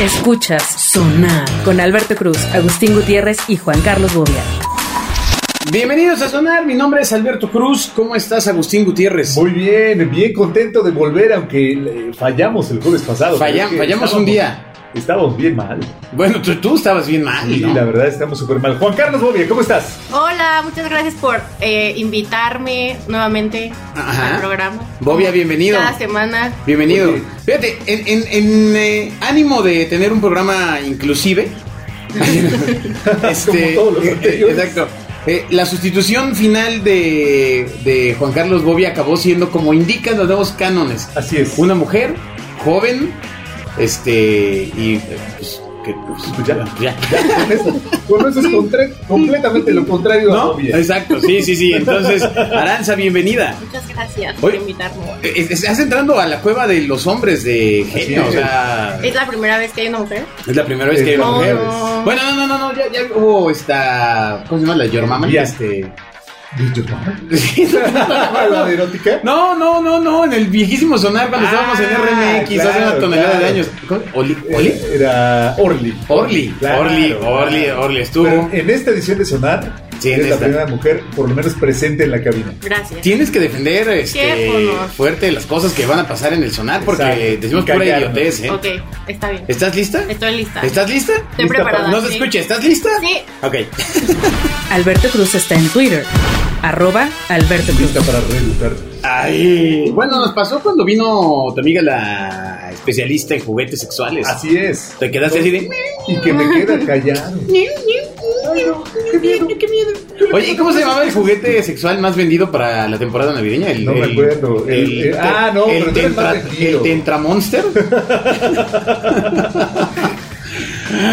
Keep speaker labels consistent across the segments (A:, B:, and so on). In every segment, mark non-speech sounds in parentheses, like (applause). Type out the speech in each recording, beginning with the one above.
A: Escuchas Sonar con Alberto Cruz, Agustín Gutiérrez y Juan Carlos Bobia.
B: Bienvenidos a Sonar, mi nombre es Alberto Cruz. ¿Cómo estás, Agustín Gutiérrez?
C: Muy bien, bien contento de volver, aunque eh, fallamos el jueves pasado.
B: Falla-
C: Pero es que
B: fallamos un día.
C: Estábamos bien mal.
B: Bueno, tú, tú estabas bien mal,
C: Y
B: ¿no?
C: la verdad estamos súper mal. Juan Carlos Bobia, ¿cómo estás?
D: Hola, muchas gracias por eh, invitarme nuevamente
B: Ajá.
D: al programa.
B: Bobia, bienvenido.
D: Cada semana.
B: Bienvenido.
C: Oye.
B: Fíjate, en, en- en, eh, ánimo de tener un programa (laughs) inclusive. este,
C: Como todos los anteriores.
B: Exacto. Eh, la sustitución final de, de Juan Carlos Bobia acabó siendo, como indican los nuevos cánones,
C: Así es.
B: una mujer joven, este, y eh, pues, que, pues,
C: Ya.
B: ya. (laughs)
C: Con eso, con eso es contra- completamente lo contrario a
B: ¿No?
C: Bobia.
B: Exacto, sí, sí, sí. Entonces, Aranza, bienvenida.
D: Muchas gracias
B: Oye.
D: por invitarme.
B: Eh, Estás entrando a la cueva de los hombres de genio, o
C: es.
B: sea,
D: ¿Es la primera vez que hay una mujer?
B: es la primera vez que hay
C: Es
B: una
C: la
B: mujer.
C: primera
D: vez.
B: Bueno, no, no, no, no, ya, ya hubo esta, ¿cómo se llama? La Yormama,
C: Ya. (laughs)
B: este. (laughs)
C: ¿La de erótica?
B: No, no, no, no, en el viejísimo sonar cuando
C: Ah,
B: estábamos en RMX hace una
C: claro,
B: tonelada de
C: claro.
B: años. ¿Cómo? ¿Oli? ¿Oli?
C: Eh, Era Orly.
B: Orly,
C: Claro,
B: Orly,
C: claro.
B: Orly, Orly, estuvo.
C: Pero en esta edición de Sonar,
B: Sí, en
C: es
B: esta.
C: la primera mujer, por lo menos presente en la cabina.
D: Gracias.
B: Tienes que defender este,
D: Qué
B: fuerte las cosas que van a pasar en el sonar porque
C: Exacto.
B: decimos pura
C: Callarnos.
B: idiotez, ¿eh?
D: Ok, está bien.
B: ¿Estás lista?
D: Estoy lista.
B: ¿Estás lista?
D: Estoy
C: lista
D: preparada.
C: para-
B: No se
D: sí.
B: escuche, ¿estás lista?
D: Sí.
B: Ok.
A: Alberto Cruz está en Twitter, arroba Alberto Cruz.
C: Lista para reeducar.
B: Ay, bueno, nos pasó cuando vino tu amiga la especialista en juguetes sexuales.
C: Así es.
B: Te quedaste así de...
C: Y que me queda callado. Ay, no, qué miedo.
B: Oye, ¿y ¿cómo se llamaba el juguete sexual más vendido para la temporada navideña? El,
C: No me
B: el-
C: acuerdo. El- el- ah, no,
B: el
C: pero tú eres más
B: tentra,
C: vendido.
B: el Tentra
C: (laughs)
B: Monster.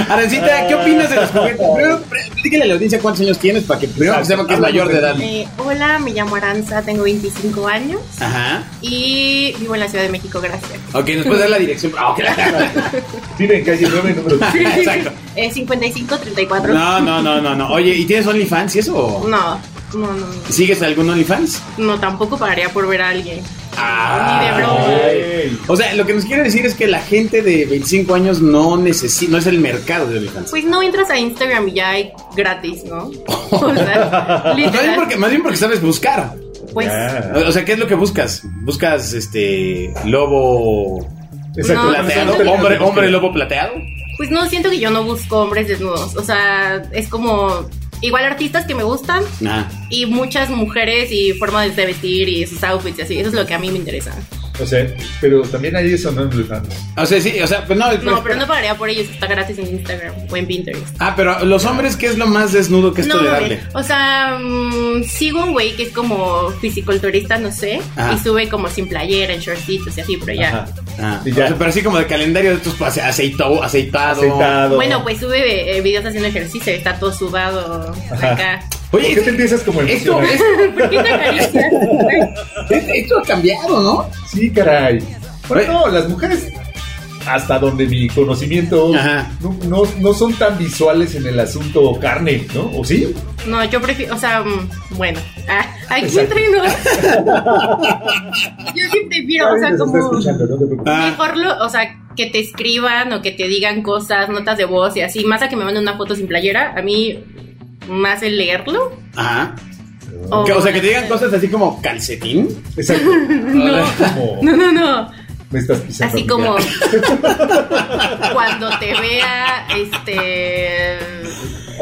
B: Arancita,
C: Ah.
B: ¿qué opinas de los juguetes? Primero, pr- platícale a la audiencia cuántos años tienes para que primero
C: Exacto.
B: sepan que es mayor de edad.
D: Eh, hola, me llamo Aranza, tengo 25 años
B: Ajá.
D: y vivo en la Ciudad de México, gracias.
B: Ok, nos puedes dar la dirección. Ah,
C: (laughs)
B: ok.
C: Vive en calle 9,
D: (laughs)
C: número 3.
B: Exacto.
D: Eh, 55, 34.
B: No, no, no, no, no. Oye, ¿y tienes OnlyFans y eso?
D: No, no, no, no.
B: ¿Sigues algún OnlyFans?
D: No, tampoco pagaría por ver a alguien.
B: Ah,
D: Ni de broma.
C: Ay.
B: O sea, lo que nos quiere decir es que la gente de 25 años no necesita, no es el mercado de OnlyFans.
D: Pues no entras a Instagram y ya hay gratis, ¿no? (laughs) O
B: (laughs)
D: sea,
B: Más bien,
D: literal,
B: porque, más bien porque sabes buscar.
D: pues
C: Ya.
B: O sea, ¿qué es lo que buscas? Buscas este lobo
C: Exacto.
D: No,
B: plateado,
D: no, no, no.
B: hombre, hombre lobo plateado.
D: pues no siento que yo no busco hombres desnudos, o sea, es como igual artistas que me gustan
B: Nah.
D: y muchas mujeres y formas de vestir y sus outfits y así, eso es lo que a mí me interesa.
C: O sea, pero también hay eso, ¿no? En el fandom.
B: O sea, sí, o sea, pues no,
D: No, pero no pagaría por ellos, está gratis en Instagram o en Pinterest.
B: Ah, pero los hombres, ¿qué es lo más desnudo que es
D: No,
B: tolerable?
D: mames. o sea, mm, sigo un güey que es como fisiculturista, no sé,
B: Ajá.
D: y sube como sin playera, en shortcitos y así, pero ya.
C: Ajá.
B: Ah,
C: Y ya.
B: o sea, pero así como de calendario de estos pues, aceito- aceitado.
C: Aceitado.
D: Bueno, pues sube eh, videos haciendo ejercicio, está todo sudado acá.
C: Oye,
B: Oye,
C: ¿por qué
B: esto,
C: te empiezas como
B: esto,
C: emocionar?
D: ¿Por qué te acaricias?
B: esto ha cambiado, ¿no?
C: Sí, caray.
B: Oye.
C: Bueno, no, las mujeres, hasta donde mi conocimiento,
B: Ajá.
C: no, no, no son tan visuales en el asunto carne, ¿no? ¿O sí?
D: No, yo prefiero, o sea, mm, bueno, ah, aquí
C: Exacto.
D: entre
C: (laughs)
D: nos. Yo sí prefiero, o sea,
C: Alguien nos está
D: como
C: escuchando, no te preocupes.
B: Ah.
D: mejor lo, o sea, que te escriban o que te digan cosas, notas de voz y así, más a que me manden una foto sin playera, a mí más el leerlo.
B: Ajá. Que- o sea, que te digan cosas así como calcetín.
C: Exacto.
D: No.
C: Como,
D: No, no, no.
C: me estás pisando.
D: Así
C: mi
D: como
C: cara.
D: cuando te vea, este,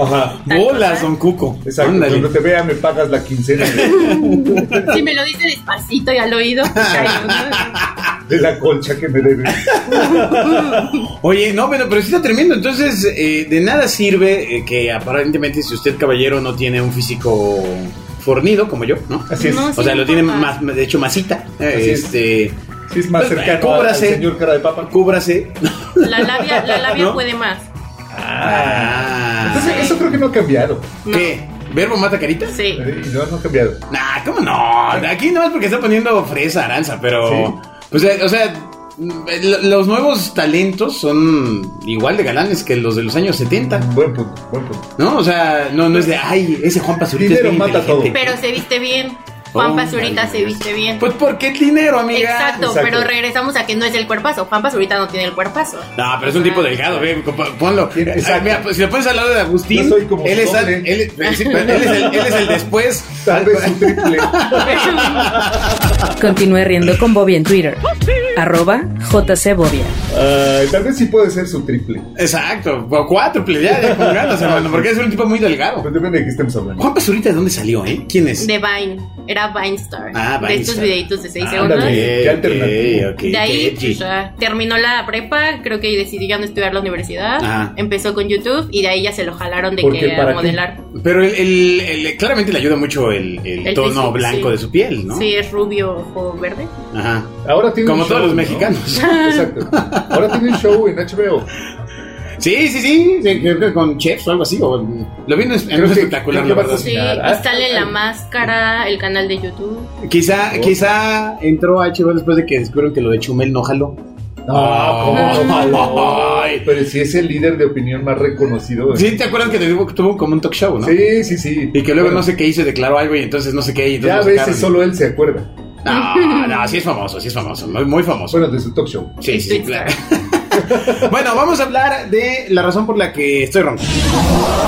C: Ajá.
D: Tal
B: Bolas,
D: cosa.
B: don Cuco.
C: Exacto.
B: Ándale.
C: Cuando te vea, me pagas la quincena
D: Si me lo dice despacito y al oído, caigo, ¿no?
C: de la colcha que me debes.
B: Oye, no, pero, pero sí está tremendo. Entonces, eh, de nada sirve eh, que aparentemente si usted, caballero, no tiene un físico fornido como yo, ¿no?
C: Así es.
D: No,
B: O
D: sí,
B: sea, lo tiene
D: papá.
B: más, de hecho, masita. Eh,
C: Así es.
B: este,
C: Sí, es más
B: Pues,
C: cercano al- al
B: cúbrase.
C: señor cara de papa.
B: cúbrase.
D: La labia, la labia
B: ¿No?
D: puede más.
B: Ah.
C: Entonces, eso creo que no ha cambiado.
D: No.
B: ¿Qué? ¿Verbo mata carita?
D: Sí.
C: Eh, No, no ha cambiado.
B: Nah, ¿cómo no? Aquí no es porque está poniendo fresa, aranza, pero.
C: Sí.
B: Pues, eh, o sea, eh, lo- los nuevos talentos son igual de galanes que los de los años 70.
C: Buen punto, buen punto.
B: ¿No? O sea, no, no es de, ay, ese Juan Pazurita es
C: Dinero
B: bien
C: mata
B: inteligente".
C: todo.
D: Pero se viste bien. Juan
B: Oh,
D: Pazurita
B: my
D: se
B: goodness.
D: viste bien.
B: Pues porque el dinero, amiga.
D: Exacto,
C: exacto.
D: pero regresamos a que no es el cuerpazo. Juan Pazurita no tiene el cuerpazo.
B: No, pero es un
D: Ah.
B: tipo delgado, ve, compa- ponlo.
C: Exacto.
B: Ah, mira, pues, si lo pones al lado de Agustín,
C: Yo soy como
B: él, es,
C: Stone,
B: al-
C: ¿eh? (laughs)
B: él es- sí, pero él es el, él es el después.
C: Tal vez un triple.
A: Continúe riendo con Bobia en Twitter. Arroba JC Bobia.
C: Ay, tal vez sí puede ser su triple.
B: Exacto, o cuádruple, ya, ya con ganas, hermano,
C: Ah.
B: porque es un tipo muy delgado.
C: Pero depende de qué estemos hablando.
B: Juan Pazurita, ¿de dónde salió, eh? ¿Quién es?
D: De Vine, era Vine Star.
B: Ah,
D: de estos
B: Vine Star.
D: videitos de 6
B: Ah,
D: segundos.
C: ándale. Qué alternativa.
B: ok, ok,
D: de ahí
B: qué edgy.
D: pues, ah, terminó la prepa, creo que decidí ya no estudiar la universidad.
B: Ajá.
D: Empezó con YouTube y de ahí ya se lo jalaron de
C: Porque
D: que
C: para
D: a
C: ti-
D: modelar.
B: Pero el, el- el- claramente le ayuda mucho el, el
D: El
B: tono
D: físico,
B: blanco
D: sí.
B: de su piel, ¿no?
D: Sí, es rubio o verde.
B: Ajá.
C: Ahora tiene
B: Como
C: un
B: todos
C: show,
B: los
C: ¿no?
B: mexicanos.
C: Exacto. Ahora tiene un show en HBO.
B: Sí, sí, sí, sí, creo que con chefs o algo así. o- lo vi en, en
C: Creo
B: un
C: que-
B: espectacular,
C: creo que
B: la
C: va
B: verdad.
C: a
D: Sí,
C: Nada.
D: y sale la máscara, el canal de YouTube.
B: Quizá,
C: Oh.
B: quizá entró a HBO después de que descubrieron que lo de Chumel no jaló.
C: Ah, ¿cómo no?
B: Ay.
C: Pero si es el líder de opinión más reconocido.
B: Pues Sí, ¿te acuerdas que tuvo, tuvo como un talk show, no?
C: sí, sí, sí.
B: Y que luego
C: Bueno,
B: no sé qué hizo y declaró algo y entonces no sé qué. Y
C: Ya
B: entonces
C: a
B: lo
C: veces
B: sacaron.
C: solo él se acuerda.
B: No, no, sí es famoso, sí es famoso, muy, muy famoso.
C: Bueno, de su talk show.
B: Sí, sí, sí,
D: Estoy
B: claro. (laughs) bueno, vamos a hablar de la razón por la que estoy ronco.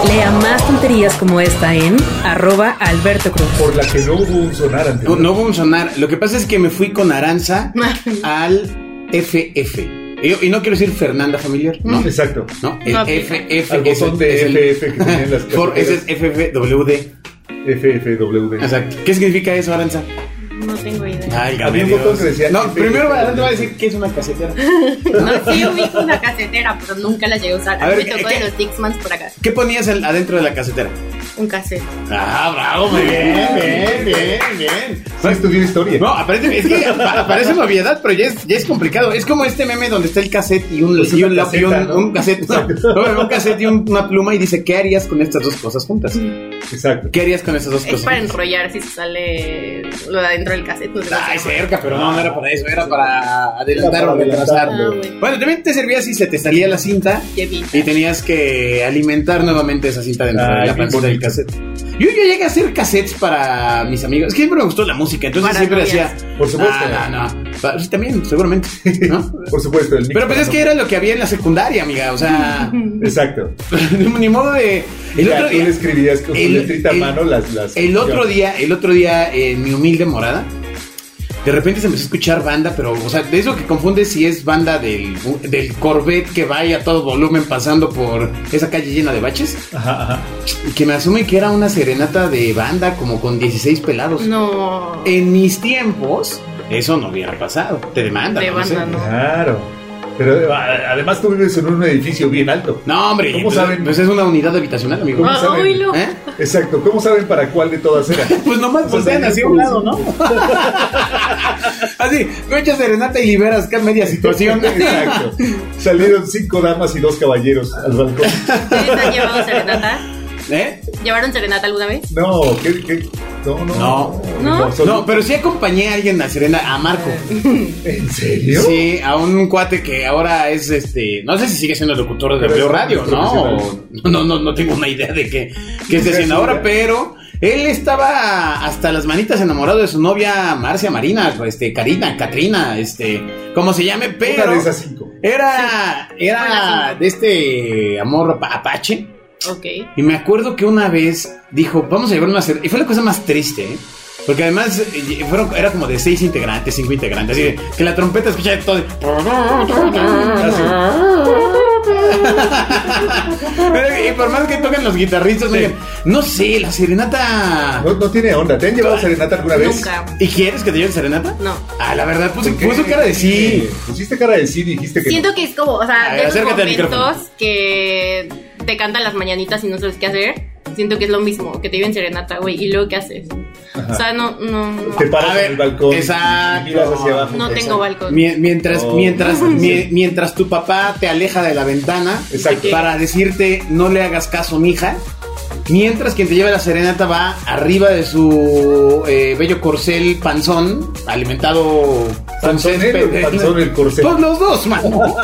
A: Lea más tonterías como esta en arroba Alberto Cruz.
C: Por la que no hubo un sonar antes.
B: No, no vamos a sonar. Lo que pasa es que me fui con Aranza al FF. Y, y no quiero decir Fernanda Familiar, no.
C: Exacto.
B: No, E,
D: No,
B: es FF.
C: Al botón
B: ese-
C: de
B: es el-
C: FF que tenía en las
B: (laughs) For- ese es FFWD.
C: FFWD.
B: Exacto. ¿Qué significa eso, Aranza?
D: No tengo idea.
B: Ah, el
C: Había un
B: Gamedios.
C: botón que decía
B: No,
C: FF.
B: primero Aranza va a decir que es una casetera.
D: No, sí ubico una casetera, pero nunca la llegué a usar.
B: A
D: A mí
B: ver,
D: me
B: ¿qué-
D: tocó
B: qué?
D: de los Dixmans por acá.
B: ¿Qué ponías al- adentro de la casetera?
D: Un cassette.
B: Ah, bravo, muy bien, bien, bien, bien.
C: Sí, estudió historia.
B: No, aparece, es que pa- parece una obviedad, pero ya es, ya es complicado. Es como este meme donde está el cassette y un,
C: Pues
B: y
C: una
B: un,
C: caseta,
B: y un-
C: ¿no?
B: un cassette, no, no, un cassette y un- una pluma y dice, ¿qué harías con estas dos cosas juntas?
C: Exacto.
B: ¿Qué harías con esas dos
D: Es
B: cosas
D: para
B: juntas?
D: enrollar si se sale lo de adentro del cassette. No sé cómo
B: Ay,
D: se llama.
B: Ah, cerca, pero no, no era para eso, era para adelantar
C: Era
B: o
C: para
B: retrasar.
D: Ah, bueno.
B: Bueno, también te servía si se te salía la cinta
D: Llevita.
B: y tenías que alimentar nuevamente esa cinta dentro
C: Ay,
B: de la
C: qué
B: pancita del
C: bonito.
B: cassette. Yo, yo llegué a hacer cassettes para mis amigos. Es que siempre me gustó la música, entonces
D: Para
B: siempre
D: novias.
B: hacía.
C: Por supuesto.
B: Ah, no, no. Pa- sí, también, seguramente.
C: (laughs)
B: ¿no?
C: Por supuesto, el mix
B: Pero pues es
C: para
B: que era lo que había en la secundaria, amiga. O
D: (laughs)
B: sea, (laughs)
C: no- Exacto.
B: ni modo de. El
C: Ya,
B: otro
C: tú le
B: día.
C: escribías con su
B: el-
C: letrita a
B: el-
C: mano las, las.
B: El otro día, el otro día en mi humilde morada, de repente se empezó a escuchar banda, pero, o sea, de eso que confunde si es banda del, del Corvette que vaya a todo volumen pasando por esa calle llena de baches,
C: Ajá, ajá.
B: y que me asume que era una serenata de banda como con 16 pelados.
D: No.
B: En mis tiempos, eso no hubiera pasado. Te demandan.
D: De
B: no sé.
D: banda, no.
C: Claro. Pero a- además tú vives en un edificio bien alto.
B: No, hombre,
C: ¿Cómo
B: pues,
C: saben?
B: pues es una unidad habitacional, amigo.
C: ¿Cómo
D: Ah,
C: saben?
D: uy, no.
B: ¿Eh?
C: Exacto. ¿Cómo saben para cuál de todas
B: (laughs)
C: era?
B: Pues nomás voltean así a un lado, ¿no? (laughs) Así, me echas serenata y liberas acá media situación. (laughs)
C: Exacto. Salieron cinco damas y dos caballeros al balcón.
D: ¿Ustedes han llevado serenata?
B: ¿Eh?
D: ¿Llevaron serenata alguna vez?
C: No, ¿qué? qué? No, no.
B: No.
C: en
D: No.
C: absoluto.
B: No, pero sí acompañé a alguien a Serena, a Marco.
C: ¿En serio?
B: Sí, a un cuate que ahora es este. No sé si sigue siendo locutor de W
C: Pero es
B: Radio, ¿no?
C: profesional.
B: O- No, no, no tengo una idea de qué, qué esté haciendo ahora, pero él estaba hasta las manitas enamorado de su novia Marcia Marina, este, Karina, Katrina, este, como se llame, pero.
C: Una de esas cinco.
B: Era,
D: Hola,
B: era
D: sí.
B: de este amor apa- apache.
D: Ok.
B: Y me acuerdo que una vez dijo, vamos a llevar una serenata. Y fue la cosa más triste, ¿eh? Porque además eh, fueron, era como de seis integrantes, cinco integrantes. Así de que la trompeta escuchaba todo. Pero, (laughs) y por más que toquen los guitarristas, no digan, no sé, la serenata.
C: No, no tiene onda. ¿Te han llevado serenata alguna vez?
D: Nunca.
B: ¿Y quieres que te lleven serenata?
D: No.
B: Ah, la verdad, puso,
C: ¿Por qué?
B: puso cara de sí.
C: Pusiste cara de sí y dijiste que.
D: Siento que es como, o sea,
B: A ver,
D: de esos
B: acércate al
D: momentos que te cantan las mañanitas y no sabes qué hacer. Siento que es lo mismo, que te viven serenata, güey, y luego qué haces. O sea, no, no,
C: no. Te paras
B: A ver,
C: en el balcón.
B: exacto.
C: Y miras hacia abajo.
D: no tengo balcón.
B: Mie- Mientras,
C: Oh.
B: mientras, mie- mientras tu papá te aleja de la ventana
C: Exacto.
B: para decirte no le hagas caso, mija. Mientras quien te lleva la serenata va arriba de su eh, bello corcel panzón, alimentado
C: Panzón él o
B: pe-
C: panzón el corcel?
B: Pues los dos,
C: (laughs)
B: mano.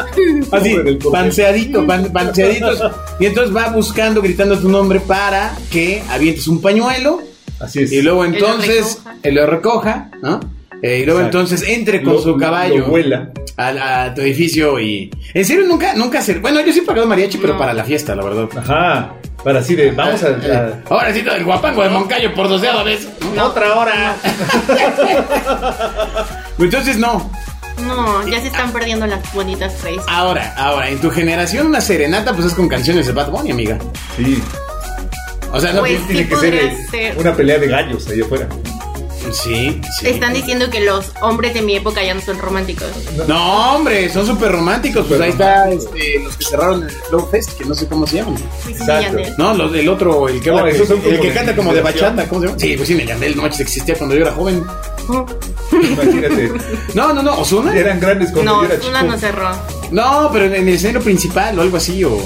B: Así,
C: Pobre del corcel.
B: panceadito, pan- panceaditos. Y entonces va buscando, gritando tu nombre para que avientes un pañuelo
C: Así es.
B: Y luego
D: lo
B: entonces
D: recoja.
B: él lo recoja, ¿no? Eh, y luego
C: Exacto.
B: entonces entre con
C: Lo-
B: su caballo
C: lo vuela.
B: al- A, tu edificio y... En serio, nunca, nunca se... Bueno, yo sí he pagado mariachi, pero
D: No.
B: para la fiesta, la verdad.
C: Ajá. Para así de, vamos a.
B: Eh, Ahora sí, todo el guapango de Moncayo por doceava vez.
C: a- Otra hora.
B: Entonces, no.
D: No, ya se están perdiendo las bonitas face.
C: Ah,
B: Ahora, ahora, en tu generación una serenata pues es con canciones de Bad Bunny, amiga.
C: Sí.
B: O sea, no...
D: Pues,
C: Tiene
D: Sí
C: que ser,
D: podría
C: eh,
D: ser.
C: una pelea de gallos ahí afuera.
B: Sí, sí.
D: Están diciendo que los hombres de mi época ya no son románticos. Pues
B: No, hombre, son súper románticos. Pues ahí
C: Súper
B: está este, los que cerraron el Flow Fest, que no sé cómo se llaman.
D: Wisin y
C: Exacto.
D: Yandel.
B: No, los, el otro, el que,
C: No,
B: habla-
C: esos son como
B: el que
C: de-
B: canta como de
C: de
B: bachata, ¿cómo se llama? Sí, pues sí, me llamé el noche existía cuando yo era joven.
D: (laughs)
C: Imagínate.
B: No, no, no, Ozuna.
C: Eran grandes cuando
D: No,
C: yo era
D: Zuna
C: chico.
D: no cerró.
B: No, pero en, en el escenario principal o algo así, o...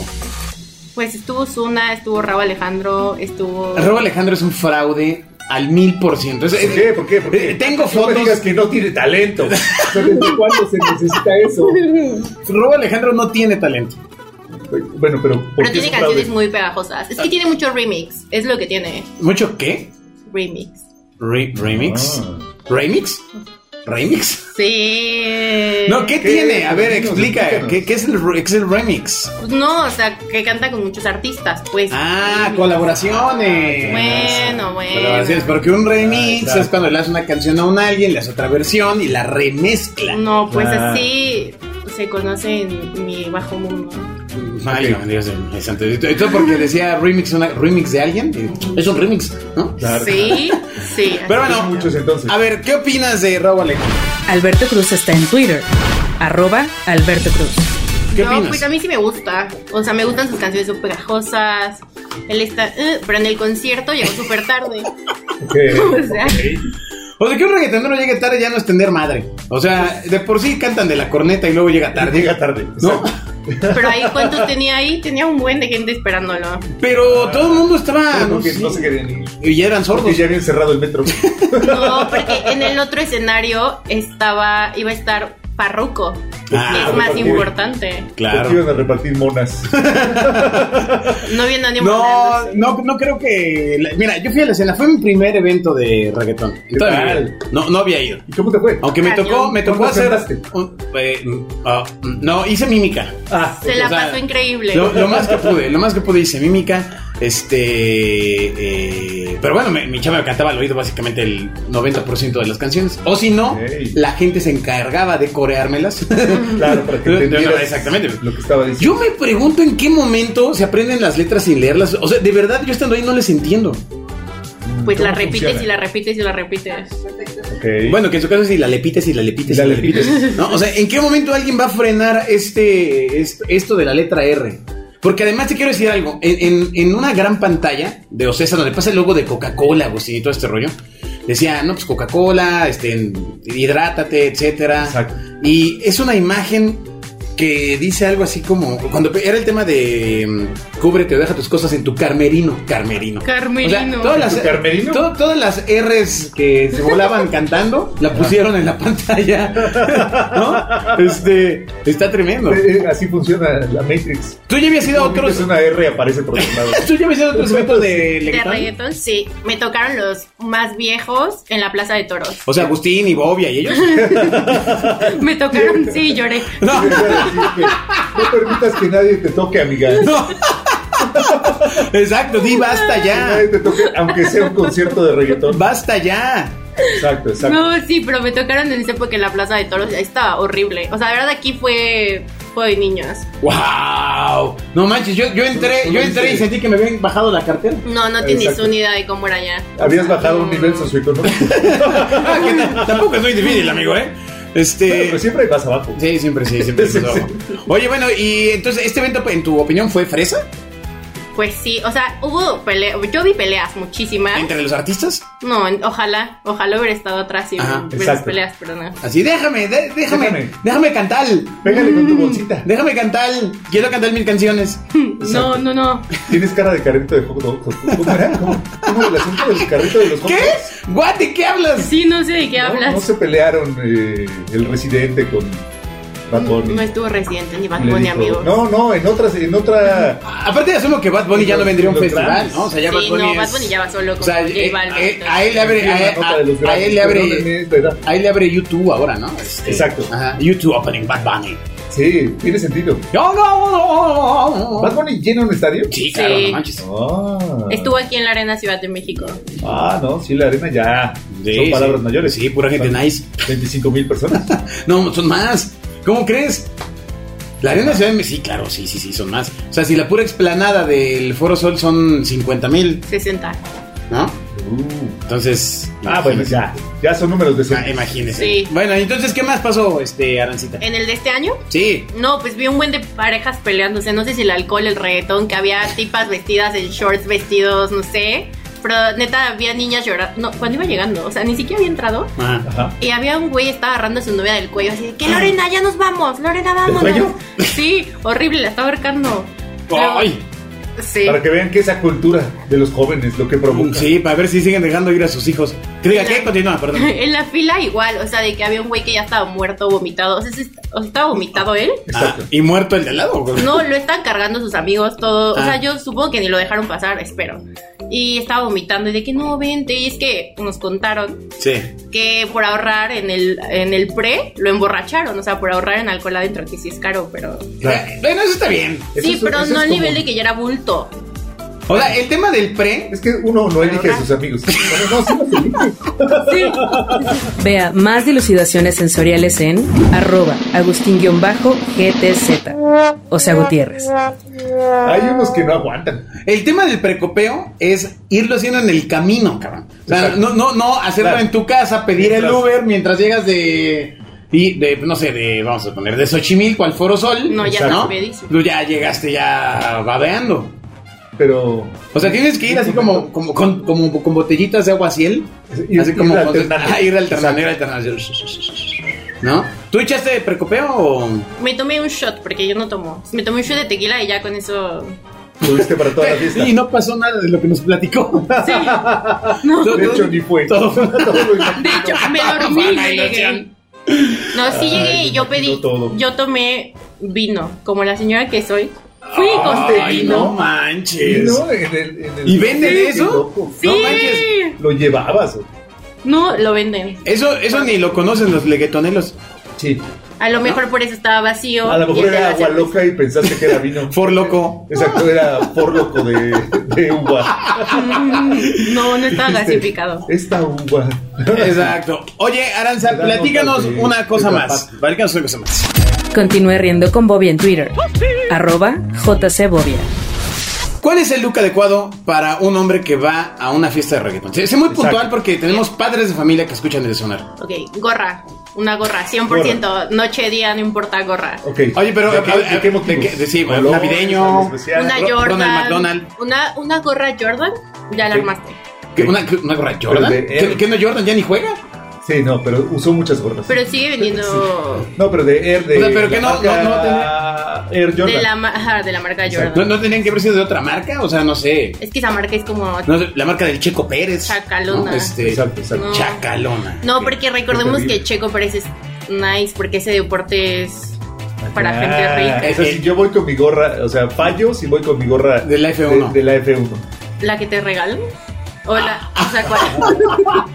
D: Pues estuvo Zuna, estuvo Raúl Alejandro, estuvo.
B: Robo Alejandro es un fraude al mil por ciento. Es-
C: ¿Por qué? ¿Por qué? ¿Por qué?
B: Eh, tengo
C: No me
B: fotos.
C: digas que no tiene talento. ¿Desde cuándo se necesita eso?
B: Robo Alejandro no tiene talento.
C: Bueno, pero. ¿por
D: Pero
C: qué
D: tiene
C: es un fraude?
D: canciones muy pegajosas. Es que tiene mucho remix. Es lo que tiene
B: ¿Mucho qué?
D: remix.
B: Re- remix.
C: Ah,
B: ¿Remix? ¿Remix?
D: Sí.
B: No, ¿qué,
C: ¿qué?
B: tiene? A ver,
C: Dinos,
B: explica.
C: explícanos.
B: ¿Qué, qué es, el, re- qué es el remix?
D: Pues no, o sea, que canta con muchos artistas, pues.
B: Ah,
D: Remix.
B: colaboraciones.
D: Bueno, bueno.
B: Colaboraciones, porque un remix
C: Ah,
B: es cuando le haces una canción a un alguien, le haces otra versión y la remezcla.
D: No, pues
C: Ah.
D: así se conoce en mi bajo mundo.
B: Ay, no, Dios mío, santo. Esto porque decía remix, una, remix de alguien. Es un remix, ¿no? (laughs)
C: Claro.
D: Sí, sí.
B: Pero
D: así.
B: bueno,
C: Muchos entonces.
B: A ver, ¿qué opinas de Raúl Alejandro?
A: Alberto Cruz está en Twitter. Arroba Alberto Cruz.
B: ¿Qué
D: no,
B: opinas?
D: pues a mí sí me gusta. O sea, me gustan sus canciones súper pegajosas. Él está. "Eh", pero en el concierto llegó súper tarde. (laughs)
C: Ok.
D: o sea,
B: O sea, que un reggaetonero llegue tarde ya no es tener madre. O sea, de por sí cantan de la corneta y luego llega tarde.
C: Llega tarde.
B: ¿No?
D: pero ahí, ¿cuánto tenía ahí? Tenía un buen de gente esperándolo.
B: Pero todo el mundo estaba.
D: Ah,
C: Pero
B: no
C: porque
B: sé,
C: no se querían ir.
B: Y ya eran sordos.
C: Porque ya habían cerrado
B: (laughs)
C: el metro.
D: No, porque en el otro escenario estaba. iba a estar Parruco. que
B: Ah,
D: es más
C: ok.
D: importante.
C: Porque iban a repartir monas.
D: No viendo ni
B: No,
D: Hernández.
B: no, no creo que. la- Mira, yo fui a la escena, fue mi primer evento de reggaetón.
C: ¿Qué tal?
B: No, no había ido.
C: ¿Y cómo te fue?
B: Aunque me
D: Cañón.
B: tocó, me tocó
C: ¿Cuándo
B: hacer.
C: cantaste?
B: un- eh, mm, ah, mm, no, hice mímica.
C: Ah,
D: Se la
B: o sea,
D: pasó increíble.
B: Lo, lo más que pude, lo más que pude hice mímica. Este. eh, pero bueno, me- mi chava me cantaba al oído básicamente el 90% de las canciones. O si no,
C: Ok.
B: la gente se encargaba de (laughs) coreármelas.
C: claro, para que
B: No, no,
C: entendieras
B: exactamente.
C: lo que estaba diciendo.
B: yo me pregunto en qué momento se aprenden las letras sin leerlas. O sea, de verdad, yo estando ahí no les entiendo.
D: Pues la
C: Mm, ¿Cómo
D: repites
C: funciona?
D: y la repites y la repites.
C: Ok.
B: Bueno, que en su caso si la lepites y la lepites
C: Y la lepites.
B: ¿no? O sea, ¿en qué momento alguien va a frenar este est- esto de la letra R? Porque además te quiero decir algo, en, en- en una gran pantalla de Ocesa donde pasa el logo de Coca-Cola o así, todo este rollo, decía, no, pues Coca-Cola, este, en- hidrátate, etcétera.
C: Exacto.
B: Y es una imagen que dice algo así como, cuando era el tema de mm, cúbrete o deja tus cosas en tu carmerino, carmerino. O sea,
D: Carmelino.
B: todas las,
C: ¿Tu Carmelino?
B: to- todas las R's que se volaban cantando, la pusieron en la pantalla. (laughs) ¿No? Este, está tremendo.
C: Eh, eh, Así funciona la Matrix.
B: Tú ya habías ido a
C: Cuando
B: otros.
C: metes una R aparece por otro lado.
B: Tú ya habías ido a otros eventos de
D: de
B: reggaetón.
D: reggaetón, sí. Me tocaron los más viejos en la Plaza de Toros. (laughs)
B: O sea, Agustín y Bobia y ellos. (laughs)
D: Me tocaron, sí, lloré.
B: (laughs) No.
C: Te voy a decir que No permitas que nadie te toque, amiga.
B: No. Exacto, di basta
C: Que
B: ya.
C: nadie te toque, aunque sea un concierto de reggaetón.
B: Basta ya.
C: Exacto, exacto.
D: No, sí, pero me tocaron en esa época en la Plaza de Toros. Ahí estaba horrible. O sea, de verdad aquí fue fue de niños.
B: Wow. No manches, yo, yo entré, yo entré y sentí que me habían bajado la cartera. (laughs)
D: No, no tienes
C: Exacto.
D: una idea de cómo era allá.
C: Habías bajado un nivel socioeconómico.
B: Ah, que t- tampoco es muy difícil, amigo, ¿eh? Este.
C: Pero siempre vas abajo.
B: Sí, siempre sí, siempre
C: (laughs) Sí,
B: sí.
C: sí.
B: Oye, bueno, y entonces, ¿este evento, en tu opinión, fue fresa?
D: Pues sí, o sea, hubo peleas. Yo vi peleas muchísimas.
B: ¿Entre los artistas?
D: No, en- ojalá, ojalá hubiera estado atrás y
B: Ajá,
D: ver las
C: exacto.
D: peleas, pero no.
B: Así, déjame, de- déjame, déjame,
C: Déjame.
B: cantar,
C: Pégale con tu bolsita.
B: déjame cantar, quiero cantar mil canciones.
D: No, no, no.
C: Tienes cara de carrito de hot dogs. ¿Cómo era? ¿Cómo, cómo el asunto del carrito de los hot
B: ¿Qué?
C: dogs?
B: ¿What? ¿De qué hablas?
D: Sí, no sé de qué
C: ¿No?
D: hablas.
C: No se pelearon eh, el residente con Bad Bunny.
D: No estuvo residente ni Bad
C: Le
D: Bunny,
C: dijo,
D: amigo.
C: No, no, en otras, en otra.
B: A- Aparte de asumo que Bad Bunny ya no vendría a un festival, ¿no? O sea, ya
D: sí,
B: Bad Bunny
D: no,
B: es-
D: Bad Bunny ya va solo con
B: O sea,
D: J
B: eh,
D: Balvin,
B: eh,
D: entonces-
B: a él le abre, a,
C: una nota de los
B: a- a él le
C: Grammys,
B: abre,
C: perdónenme esta edad.
B: a él le abre YouTube ahora, ¿no? Este,
C: Exacto.
B: Ajá, YouTube opening Bad Bunny.
C: Sí, tiene sentido.
B: No, no, no,
D: Oh.
B: no,
C: ¿Bad Bunny llena un estadio?
B: Sí, claro,
D: Sí.
B: no manches.
C: Ah.
D: Estuvo aquí en la Arena Ciudad de México.
C: Ah, no, sí, la arena ya.
B: Sí,
C: Son
B: sí.
C: palabras mayores.
B: Sí, pura gente nice.
C: 25
B: (laughs)
C: mil personas.
B: No, son más. ¿Cómo crees? La Arena Ciudad de México, sí, claro, sí, sí, sí, son más. O sea, si la pura explanada del Foro Sol son 50 mil,
D: 60.
B: ¿no?
C: Uh.
B: Entonces.
C: Ah, bueno, ya. Ya son números de
B: Ah, imagínese.
D: Sí.
B: Bueno, entonces, ¿qué más pasó, este, Arancita?
D: ¿En el de este año?
B: Sí.
D: No, pues vi un buen de parejas peleándose. No sé si el alcohol, el reggaetón, que había tipas vestidas en shorts, vestidos, no sé. Pero neta, había niñas llorando. No, cuando iba llegando, o sea, ni siquiera había entrado.
B: Ajá.
C: Ajá.
D: Y había un güey estaba agarrando a su novia del cuello así de que Lorena, ya nos vamos, Lorena,
C: cuello?
D: vámonos. Sí, horrible, la estaba ahorcando. Luego-
B: Ay.
D: Sí.
C: Para que vean que esa cultura de los jóvenes lo que provoca.
B: Mm, Sí, para ver si siguen dejando ir a sus hijos. Que diga,
D: La-
B: ¿qué? Continúa, perdón.
D: (laughs) En la fila igual, o sea, de que había un güey que ya estaba muerto, vomitado. O sea, se- o sea, estaba vomitado él.
B: Ah,
C: Exacto.
B: ¿Y muerto el de al lado? güey?
D: No, lo están cargando sus amigos, todo. O
B: Ah.
D: sea, yo supongo que ni lo dejaron pasar, espero. Y estaba vomitando y de que no, vente. Y es que nos contaron
B: Sí.
D: que por ahorrar en el, en el pre lo emborracharon. O sea, por ahorrar en alcohol adentro, que sí es caro, pero.
C: Claro.
B: Eh, Bueno, eso está bien.
C: Eso
D: sí,
C: es-
D: pero
C: eso es
D: no al
C: como-
D: nivel de que ya era bulto.
B: O sea, el tema del pre
C: Es que uno no elige a sus amigos. Bueno, no, sí los elige.
A: Vea más dilucidaciones sensoriales en arroba agustín-gtz. O sea, Gutiérrez.
C: Hay unos que no aguantan.
B: El tema del precopeo es irlo haciendo en el camino, cabrón. O sea,
C: Exacto.
B: no, no, no hacerlo
C: Claro.
B: en tu casa, pedir el
C: Mientras-
B: Uber mientras llegas de. Y de, no sé, de, vamos a poner, de Xochimilco al Foro Sol.
D: No, ya
B: Exacto.
D: estás pedísimo.
B: Tú ya llegaste ya babeando.
C: Pero.
B: O sea, tienes que ir así como, como, con, como con botellitas de agua ciel.
C: Ir-
B: así
C: ir
B: como con-
C: alternando.
B: ah, (laughs) ir alternando, ir alternando. ¿No? ¿Tú echaste precopeo o.?
D: Me tomé un shot, porque yo no tomo. Me tomé un shot de tequila y ya con
C: (laughs)
D: eso.
C: Tuviste para toda la fiesta.
B: (laughs) Y no pasó nada de lo que nos platicó.
D: Sí.
B: (laughs)
C: De hecho, ni fue.
B: Todo.
C: (laughs) Todo lo-
D: De hecho, me
C: ah,
D: dormí.
B: Fue una
D: no llegué.
B: ilusión.
D: No,
C: Ay,
D: sí llegué y yo
C: me
D: pedí.
C: quitó todo.
D: Yo tomé vino, como la señora que soy. Fui y costé
B: Ay,
D: vino.
B: no manches.
C: No, en el- en el-
B: ¿Y venden
C: Qué
B: eso?
C: loco.
D: Sí.
B: No manches.
C: Lo llevabas. o-
D: No, lo venden.
B: Eso, eso ni lo conocen los leguetoneros.
C: Sí.
D: A lo mejor por eso estaba vacío.
C: Ah. A lo
D: y
C: mejor
D: esa
C: era
D: la
C: agua
D: cerveza.
C: loca y pensaste que era
B: (laughs)
C: vino.
B: For loco.
C: Exacto, era por loco de, de uva.
D: Mm, No,
C: (laughs)
D: no estaba
C: Este.
D: gasificado.
C: Esta uva.
B: Exacto. Oye, Aranza,
C: Dando
B: platícanos
C: parte
B: una
C: de
B: cosa
C: la
B: más.
C: pata.
B: Platícanos una cosa más.
A: Continúe riendo con Bobby en Twitter. Arroba jcbobia.
B: ¿Cuál es el look adecuado para un hombre que va a una fiesta de reggaetón? Sé sé muy
C: Exacto.
B: puntual porque tenemos padres de familia que escuchan el sonar.
D: Ok, gorra. Una gorra, 100%. Noche, día, no importa, gorra.
C: Ok.
B: Oye, pero,
C: ¿De qué,
B: a- a-
C: de qué motivos?
B: de qué- de- sí,
C: Colores,
B: navideño.
C: algo especial.
D: Una
B: Ro-
D: Jordan.
B: Ronald McDonald.
D: Una, una gorra Jordan, ya la
C: Sí.
D: armaste.
B: ¿Qué, ¿Una, qué- una gorra Jordan?
C: Pero de
B: ¿Qué,
C: él.
B: qué no Jordan? ¿Ya ni juega?
C: Sí, no, pero usó muchas gorras.
D: Pero
C: (laughs)
D: sigue vendiendo
C: No, pero de Air de.
B: O sea, pero
C: la
B: que no-
C: marca
B: no- no
C: Air Jordan.
D: de la, ma- ajá, de la marca Jordan.
B: ¿No, no tenían que haber sido de otra marca? O sea, no sé.
D: Es que esa marca es como...
B: No sé, la marca del Checo Pérez.
D: Chacalona.
B: ¿no? Este,
C: Exacto, exacto.
D: No.
B: Chacalona.
D: No, porque recordemos
C: terrible.
D: que Checo Pérez es nice, porque ese deporte es para
C: Ah,
D: gente rica.
C: O sea, si yo voy con mi gorra, o sea, fallo si voy con mi gorra.
B: De la F1.
C: De, de la F1.
D: ¿La que te regalan? O la... O
C: (laughs)
D: sea, ¿cuál?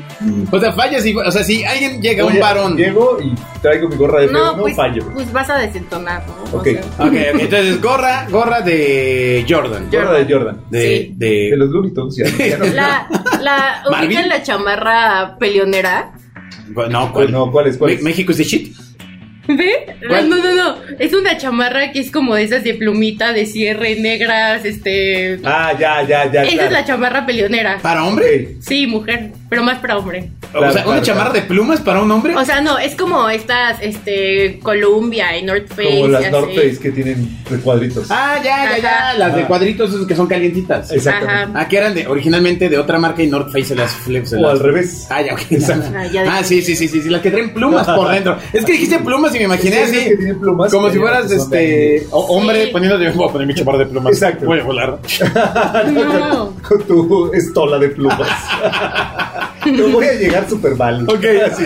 B: O sea, fallas y. O sea, si alguien llega,
C: Oye,
B: un varón.
C: Llego y traigo mi gorra de F1,
D: No, pues,
C: fallo.
D: pues vas a desentonar, ¿no? O
C: Ok.
D: sea,
B: Ok, ok, entonces gorra, gorra de Jordan.
D: Yo-
C: Gorra de Jordan.
B: De,
D: Sí.
B: de-
C: De los Looney Tunes, ya, ya no.
D: (laughs) La,
C: (laughs)
D: la,
B: Marvin.
D: ubican la chamarra peleonera. (laughs)
B: No, ¿cuál?
C: Ah, No, ¿cuál es? ¿Cuál
B: Me-
C: es?
B: México es de shit.
D: ¿Ve?
B: ¿Cuál?
D: No, no, no. Es una chamarra que es como de esas de plumita, de cierre, negras, este.
C: Ah, ya, ya, ya.
D: Esa
C: claro.
D: es la chamarra peleonera.
B: ¿Para hombre?
C: Ok.
D: Sí, mujer, pero más para hombre.
B: o
C: Claro,
B: sea, ¿una
C: claro,
B: chamarra
C: claro.
B: de plumas para un hombre?
D: O sea, no, es como estas, este, Columbia y North Face.
C: Como
D: y
C: las
D: así.
C: North Face que tienen recuadritos.
B: ah, ya, ya, ya.
D: Ajá.
B: Las de
C: Ah.
B: cuadritos esas que son calientitas.
C: Exactamente.
B: Ah, que eran de, originalmente de otra marca y North Face se las flips.
C: O al revés.
B: Ah, ya, ok.
D: Ah, ya de-
B: Ah, sí, sí, sí, sí, sí, las que traen plumas
C: (laughs)
B: por dentro. Es que dijiste plumas y me imaginé
C: Sí, que
B: así.
C: tienen plumas
B: Como
C: que
B: si fueras
C: son de-
B: este ho- hombre
D: Sí.
B: poniéndote, voy a poner mi chamarra de plumas.
C: Exacto.
B: Voy a volar.
D: Ah, No.
C: (laughs) Con tu estola de
D: (laughs)
C: plumas. Yo voy a (laughs) llegar súper mal.
B: Ok.
C: Así,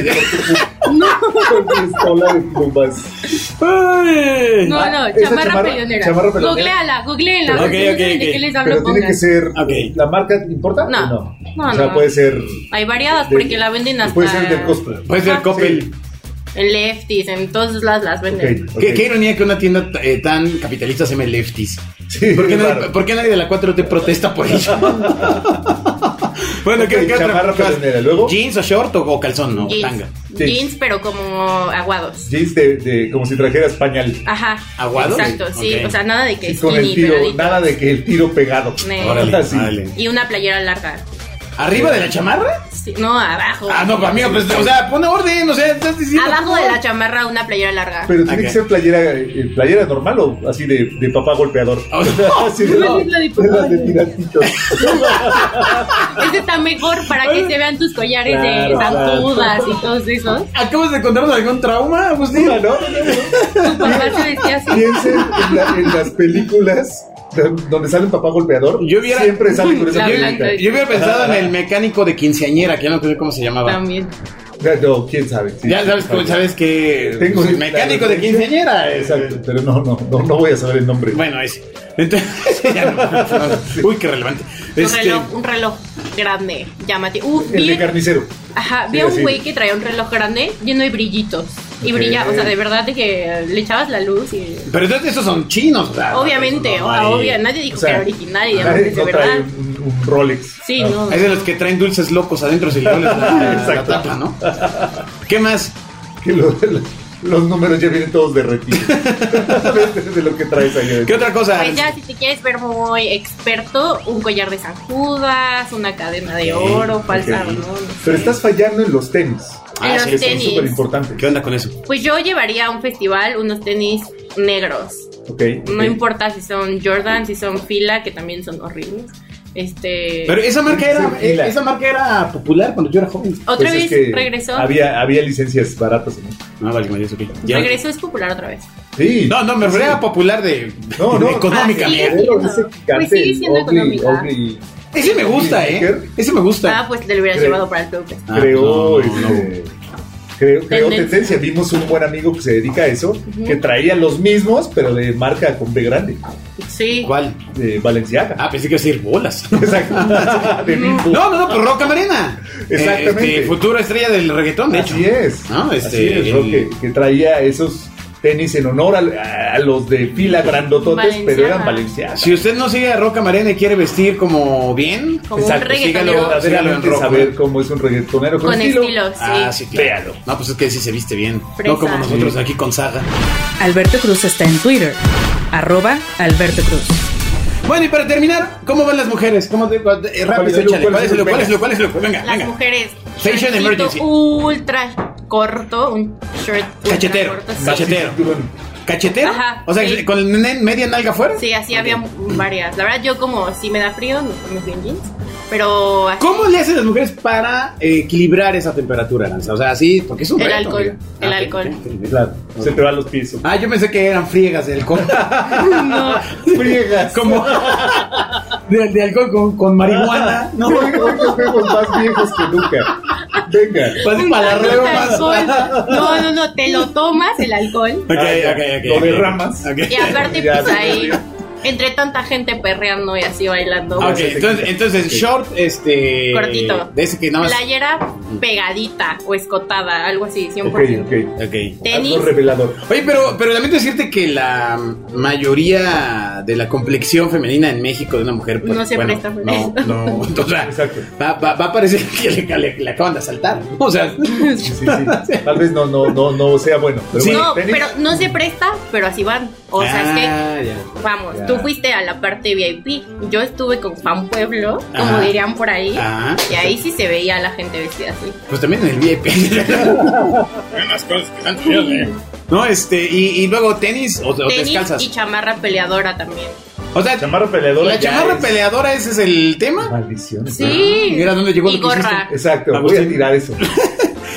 C: con tu- con tu estola de plumas.
B: Ay.
D: No,
C: Ah,
D: no,
C: esa
D: chamarra,
C: chamarra-
D: pelonera.
C: chamarra pelonera.
D: Googleala, googleala.
B: Ok,
D: porque no
B: ok,
D: saben
B: ok.
D: ¿De qué les hablo?
C: Pero tiene
D: pongan.
C: que ser.
B: Ok.
C: ¿La marca importa?
D: No.
C: o no?
D: No,
C: O sea,
D: no.
C: puede ser.
D: Hay variadas
C: de-
D: porque la venden hasta.
C: Puede ser del cosplay.
B: Puede ser
D: Ajá.
B: Coppel.
D: En lefties, en todas las las venden.
C: Ok,
B: Qué,
C: ok.
B: qué ironía que una tienda eh, tan capitalista se llame Lefties.
C: Sí,
B: ¿Por qué,
C: claro.
B: nadie, por qué nadie de la 4 te protesta por
C: (laughs)
B: ello? bueno,
C: Ok,
B: ¿qué, qué otra
C: chamarra
B: cosa?
C: pelonera, ¿luego?
B: ¿Jeans o short o, o calzón o tanga?
D: Jeans,
C: Sí.
D: jeans, pero como aguados.
C: Jeans de, de- como si trajeras pañal.
D: Ajá.
B: ¿Aguados?
D: Exacto, sí.
B: Ok.
D: O sea, nada de que
C: Sí,
D: Ah, skinny,
C: con el tiro,
D: pegadito.
C: nada de que el tiro pegado.
D: Ne.
B: Órale,
C: Sí.
B: vale.
D: Y una playera larga.
B: ¿Arriba de la chamarra?
D: Sí, no, abajo.
B: Ah, no, para mí, pues, o sea, pone orden, o sea, estás diciendo.
D: Abajo de la
B: chamarra.
D: chamarra una playera larga.
C: Pero tiene
B: Ok.
C: que ser playera, eh, playera normal o así de, de papá golpeador. (laughs) Así de,
D: No, es la de papá.
C: las de piratitos.
D: Ese está mejor para que se vean tus collares de
C: Claro,
D: zancudas y todos esos.
B: ¿Acabas de contarnos algún trauma, Agustín?
C: No, no. (laughs)
D: Tu papá se vestía así.
C: Piensen en, la- en las películas de- donde sale un papá golpeador.
B: Yo hubiera-
C: Siempre sale con esa
D: La
C: película.
D: blanca.
B: Yo hubiera pensado
C: (laughs)
B: en el mecánico de quinceañera, que ya no sé cómo se llamaba.
D: También.
C: No, quién sabe. sí.
B: Ya sabes, cómo- sabes que.
C: Tengo
B: pues,
C: la
B: mecánico de
C: referencia.
B: quinceañera. es-
C: Exacto, pero no, no, no, no voy a saber el nombre.
B: Bueno, ese. Entonces, (laughs) ya no. Uy, qué relevante.
D: Un
B: Este,
D: reloj, un reloj grande, llamativo. Uf,
C: el de
D: bien.
C: carnicero.
D: Ajá, vi
C: Sí,
D: a un
C: así.
D: güey que traía un reloj grande lleno de brillitos. Y
C: Ok.
D: brillaba, o sea, de verdad de que le echabas la luz y.
B: Pero entonces esos son chinos,
C: Ah,
B: ¿verdad?
D: Obviamente,
B: No,
D: o sea,
B: hay-
D: obvia, nadie dijo
C: O sea,
D: que era original y demás,
C: nadie-
D: de
C: no trae
D: verdad.
C: un, un Rolex.
D: Sí,
C: Ah,
D: no.
B: Es de los que traen dulces locos adentro si le pones la, la
C: Exacto.
B: tapa, ¿no? ¿Qué más?
C: Que lo- los, números ya vienen todos derretidos. de, (laughs) de lo que traes ahí.
B: ¿Qué
C: adentro.
B: otra cosa?
D: Pues ya, si te quieres ver muy experto, un collar de San Judas, una cadena de oro, falsa,
C: Ok.
D: ¿no? No sé.
C: Pero estás fallando en los tenis.
B: Ah,
D: los
B: sí, sí,
D: tenis.
C: Es súper importante.
B: ¿Qué onda con eso?
D: Pues yo llevaría a un festival unos tenis negros.
C: Ok.
D: No
C: ok.
D: importa si son Jordan, si son Fila, que también son horribles. Este.
B: Pero esa marca era,
C: Sí, la-
B: esa marca era popular cuando yo era joven.
D: otra
C: Pues es
D: vez
C: que
D: regresó.
C: Había, había licencias baratas. ¿no?
B: No, Ah, vale, vale, eso que ya-
D: Regresó es popular otra vez.
C: Sí.
B: No, no, me refiero a popular de,
C: No, no.
B: (laughs) económica.
D: Así
B: mía.
D: es.
C: Pero ese
D: Pues sigue siendo
C: Oakley-
D: económica.
C: Oakley
B: Ese me gusta, ¿eh?
C: ¿Qué?
B: Ese me gusta.
D: Ah, pues te lo hubieras
C: Creo-
D: llevado para el club.
B: Ah,
C: creó,
B: no, no,
C: este, creó, creó
D: Tendencia.
C: tendencia. Vimos un buen amigo que se dedica a eso, que traía los mismos, pero de marca con B grande,
D: Sí.
B: ¿Cuál?
C: de Valenciaga.
B: Ah, pensé que iba a decir bolas. (laughs)
C: (laughs) Exacto. De Bimbo.
B: No, no, no, pues Roca Marena.
C: Exactamente.
B: Este, futura estrella del reggaetón, de
C: Así
B: hecho.
C: es.
B: No, este,
C: Así es, Roque,
B: el-
C: que, traía esos tenis en honor al- a, los de fila grandototes, pero eran
D: Valenciaga.
C: valencianos.
B: Si usted no sigue a Roca Marena y quiere vestir como bien,
D: Como
C: Exacto,
D: un reggaetonero.
B: sígalo.
C: Verdaderamente
B: Roque.
C: saber cómo es un reggaetonero con,
D: Con estilo, sí.
B: ah, sí, claro.
C: Véalo.
B: No, pues es que sí se viste bien.
D: Fresa.
B: No como nosotros aquí con Saga.
A: Alberto Cruz está en Twitter, arroba Alberto Cruz.
B: Bueno, y para terminar, ¿cómo van las mujeres? ¿Cómo te, eh,
C: ¿Cuál es
B: rápido,
C: el look?
B: échale. ¿Cuál es el look? ¿Cuál es el look? ¿Cuál es el look? Venga,
D: Las
B: venga.
D: mujeres.
B: Fashion
D: shortcito
B: emergency.
D: Ultra corto, un short. ultra
B: Cachetero.
D: corto, sí.
B: Cachetero. ¿Cachetero?
D: Ajá,
B: o sea,
D: sí.
B: con ne- media nalga afuera.
D: Sí, así había varias. La verdad, yo como si me da frío, no me fui en jeans. Pero así,
B: ¿Cómo le hacen las mujeres para eh, equilibrar esa temperatura, Aranza? O sea, sí, porque es un
D: El
B: reto,
D: alcohol,
B: amiga.
D: el
B: ok,
D: alcohol.
B: ok, ok.
C: Claro, se te van los
B: (laughs)
C: pies.
B: Ah, yo pensé que eran friegas de (laughs) alcohol.
D: no.
C: Friegas.
B: como de, de alcohol con, con (laughs) marihuana.
C: No, hoy hoy nos vemos más viejos que nunca. Venga.
B: Pase para la
D: El
B: reba más.
D: alcohol. No, no, no, te lo tomas el alcohol.
B: Ok,
C: Ah, ya.
B: ok, ok.
C: Lo
B: ok.
C: derramas.
B: Ok.
D: Y
B: (laughs)
D: aparte,
C: Ya,
D: pues
C: sí,
D: ahí,
C: ya.
D: entre tanta gente perreando y así bailando.
B: Ah, Ok,
D: pues,
B: entonces, entonces
C: Ok.
B: short, este.
D: Cortito.
B: De ese que nada más.
D: Playera pegadita o escotada, algo así,
C: Ok,
D: 100%.
C: ok.
B: Ok.
D: Tenis.
C: Algo revelador.
B: Oye, pero, pero lamento decirte que la mayoría de la complexión femenina en México de una mujer. Pues,
D: No se
B: bueno,
D: presta para
B: No,
D: (laughs)
B: no. O sea,
C: Exacto.
B: va, va- va a parecer que le, le- le acaban de asaltar. O sea,
C: Sí,
B: (laughs)
C: sí. Tal vez no, no, no, no sea bueno. Pero
B: Sí.
C: bueno,
D: No,
C: tenis.
D: pero no se presta, pero así van. O sea, es que
B: ah, ya.
D: Vamos,
B: Ya.
D: tú fuiste a la parte VIP. Yo estuve con Fan Pueblo, como
B: Ajá.
D: dirían por ahí.
B: Ah,
D: Y ahí sí se veía a la gente vestida así.
B: Pues también en el VIP.
D: (laughs)
B: Las cosas que están feas, eh. No, este, y, y luego tenis o, o
D: Tenis
B: descalzas.
D: y chamarra peleadora también.
B: O sea,
C: Chamarra peleadora.
B: la
C: ya
B: chamarra
C: es-
B: peleadora, ese es el tema.
C: Maldiciones.
D: Sí.
B: Ah, mira dónde llegó
D: Y
B: lo que
D: gorra.
C: Exacto, voy
B: Agustín.
C: a tirar
B: (laughs)
C: eso.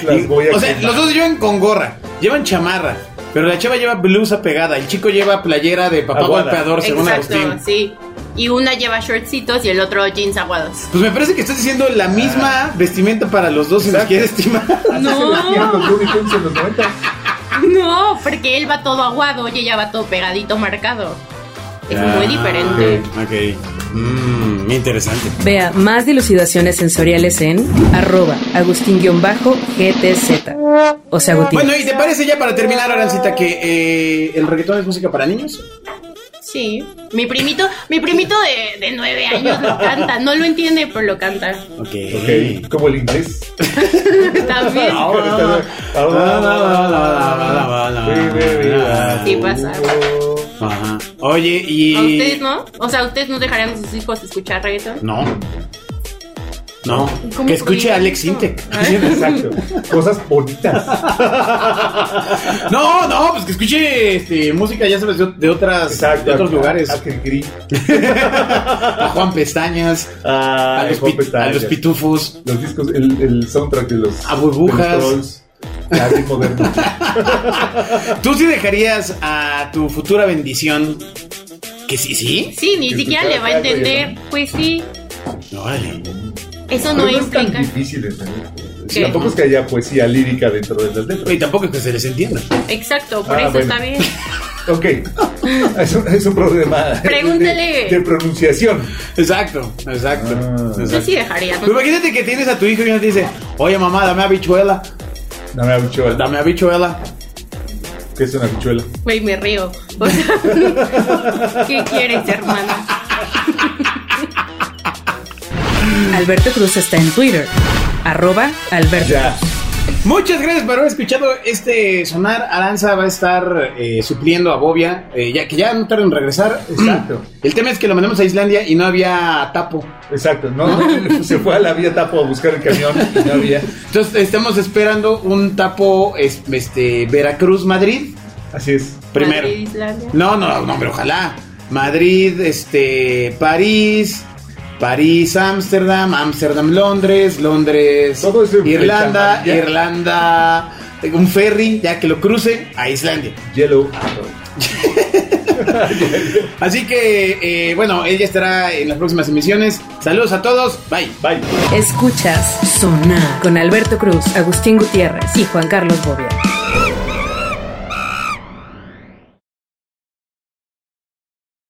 B: Y-
C: Las voy a
B: o sea,
C: quemar.
B: los dos llevan con gorra, llevan chamarra, pero la chava lleva blusa pegada, el chico lleva playera de papá
C: Aguada.
B: golpeador, según
D: Exacto,
B: Agustín.
D: sí. Y una lleva shortcitos y el otro jeans aguados.
B: Pues me parece que estás diciendo la misma vestimenta para los dos si nos
C: Exacto.
B: quieres estimar.
C: Así se
D: No.
C: vestían los Looney Tunes en los 90.
D: (laughs) No, porque él va todo aguado y ella va todo pegadito, marcado. Es
B: Ah,
D: muy diferente.
B: Ok. Mm, interesante.
A: Vea más dilucidaciones sensoriales en arroba agustín-gtz. O sea, Guti.
B: Bueno, ¿y te parece ya para terminar, Arancita, que eh, el reggaetón es música para niños?
D: Sí. Mi primito, mi primito de, de nueve años lo canta. No lo entiende, pero lo canta.
B: Ok.
C: Ok, como el inglés.
D: También.
B: Ah, (laughs)
D: Sí pasa.
B: Ajá. Oye,
D: pues. ¿A ustedes
B: y.
D: no? O sea, ¿ustedes no dejarían a sus hijos escuchar reggaetón?
B: No. No.
D: ¿Cómo
B: Que escuche
D: podría
B: a Alex
D: eso?
C: (laughs)
B: Intec.
C: Exacto. Cosas bonitas.
B: No, no, pues que escuche este, música, ya sabes, de, de otras,
C: Exacto.
B: de otros lugares.
C: A Kirkiri,
B: A Juan Pestañas,
C: a
B: a, los
C: Ah, Juan
B: pit-
C: Pestaña,
B: a los pitufos.
C: Los discos, el, el soundtrack de los.
B: A burbujas.
C: de los trolls. Ya, bien moderno.
B: ¿Tú sí dejarías a tu futura bendición que sí, sí?
D: Sí, ni
C: Que
D: siquiera
C: escuchara
D: le va
C: acá
D: a
C: el
D: entender. Pues sí,
B: Órale.
D: eso
C: Pero
D: no
C: es tan
D: implica.
C: difícil de entender.
D: ¿Qué?
C: Tampoco es que haya poesía lírica dentro de las letras.
B: Y tampoco es que se les entienda.
D: Exacto, por
C: Ah,
D: eso
C: bueno.
D: está bien. (laughs)
C: Ok. Es un, es un problema. de-
D: Pregúntale.
C: De, de pronunciación.
B: Exacto, exacto.
C: Ah.
D: Yo sí
B: exacto.
D: dejaría.
B: Pero Pues imagínate que tienes a tu hijo y uno te dice, oye mamá, dame habichuela,
C: Dame habichuela.
B: dame habichuela.
C: ¿Qué es una habichuela?
D: Güey, me río. O sea, (laughs) ¿qué quieres, hermano?
A: Alberto Cruz está en Twitter. Arroba Alberto.
C: Ya.
B: Muchas gracias por haber escuchado este sonar. Aranza va a estar eh, supliendo a Bobia, eh, ya que ya no tardan en regresar.
C: Exacto.
B: El tema es que lo mandamos a Islandia y no había tapo.
C: Exacto. No,
D: (laughs)
C: se fue a la vía tapo a buscar el camión y no había.
B: Entonces estamos esperando un tapo es- este, Veracruz-Madrid
C: Así es.
B: primero.
D: Madrid, Islandia.
B: No, no, no, pero ojalá. Madrid, este, París, París, Ámsterdam, Ámsterdam, Londres, Londres,
C: Todo eso en
B: Irlanda,
C: flecha amarilla.
B: Irlanda, un ferry, ya que lo cruce a Islandia.
C: Yellow Arrow.
B: Así que, eh, bueno, ella estará en las próximas emisiones. Saludos a todos, bye.
C: Bye.
A: Escuchas Sonar con Alberto Cruz, Agustín Gutiérrez y Juan Carlos Bobia.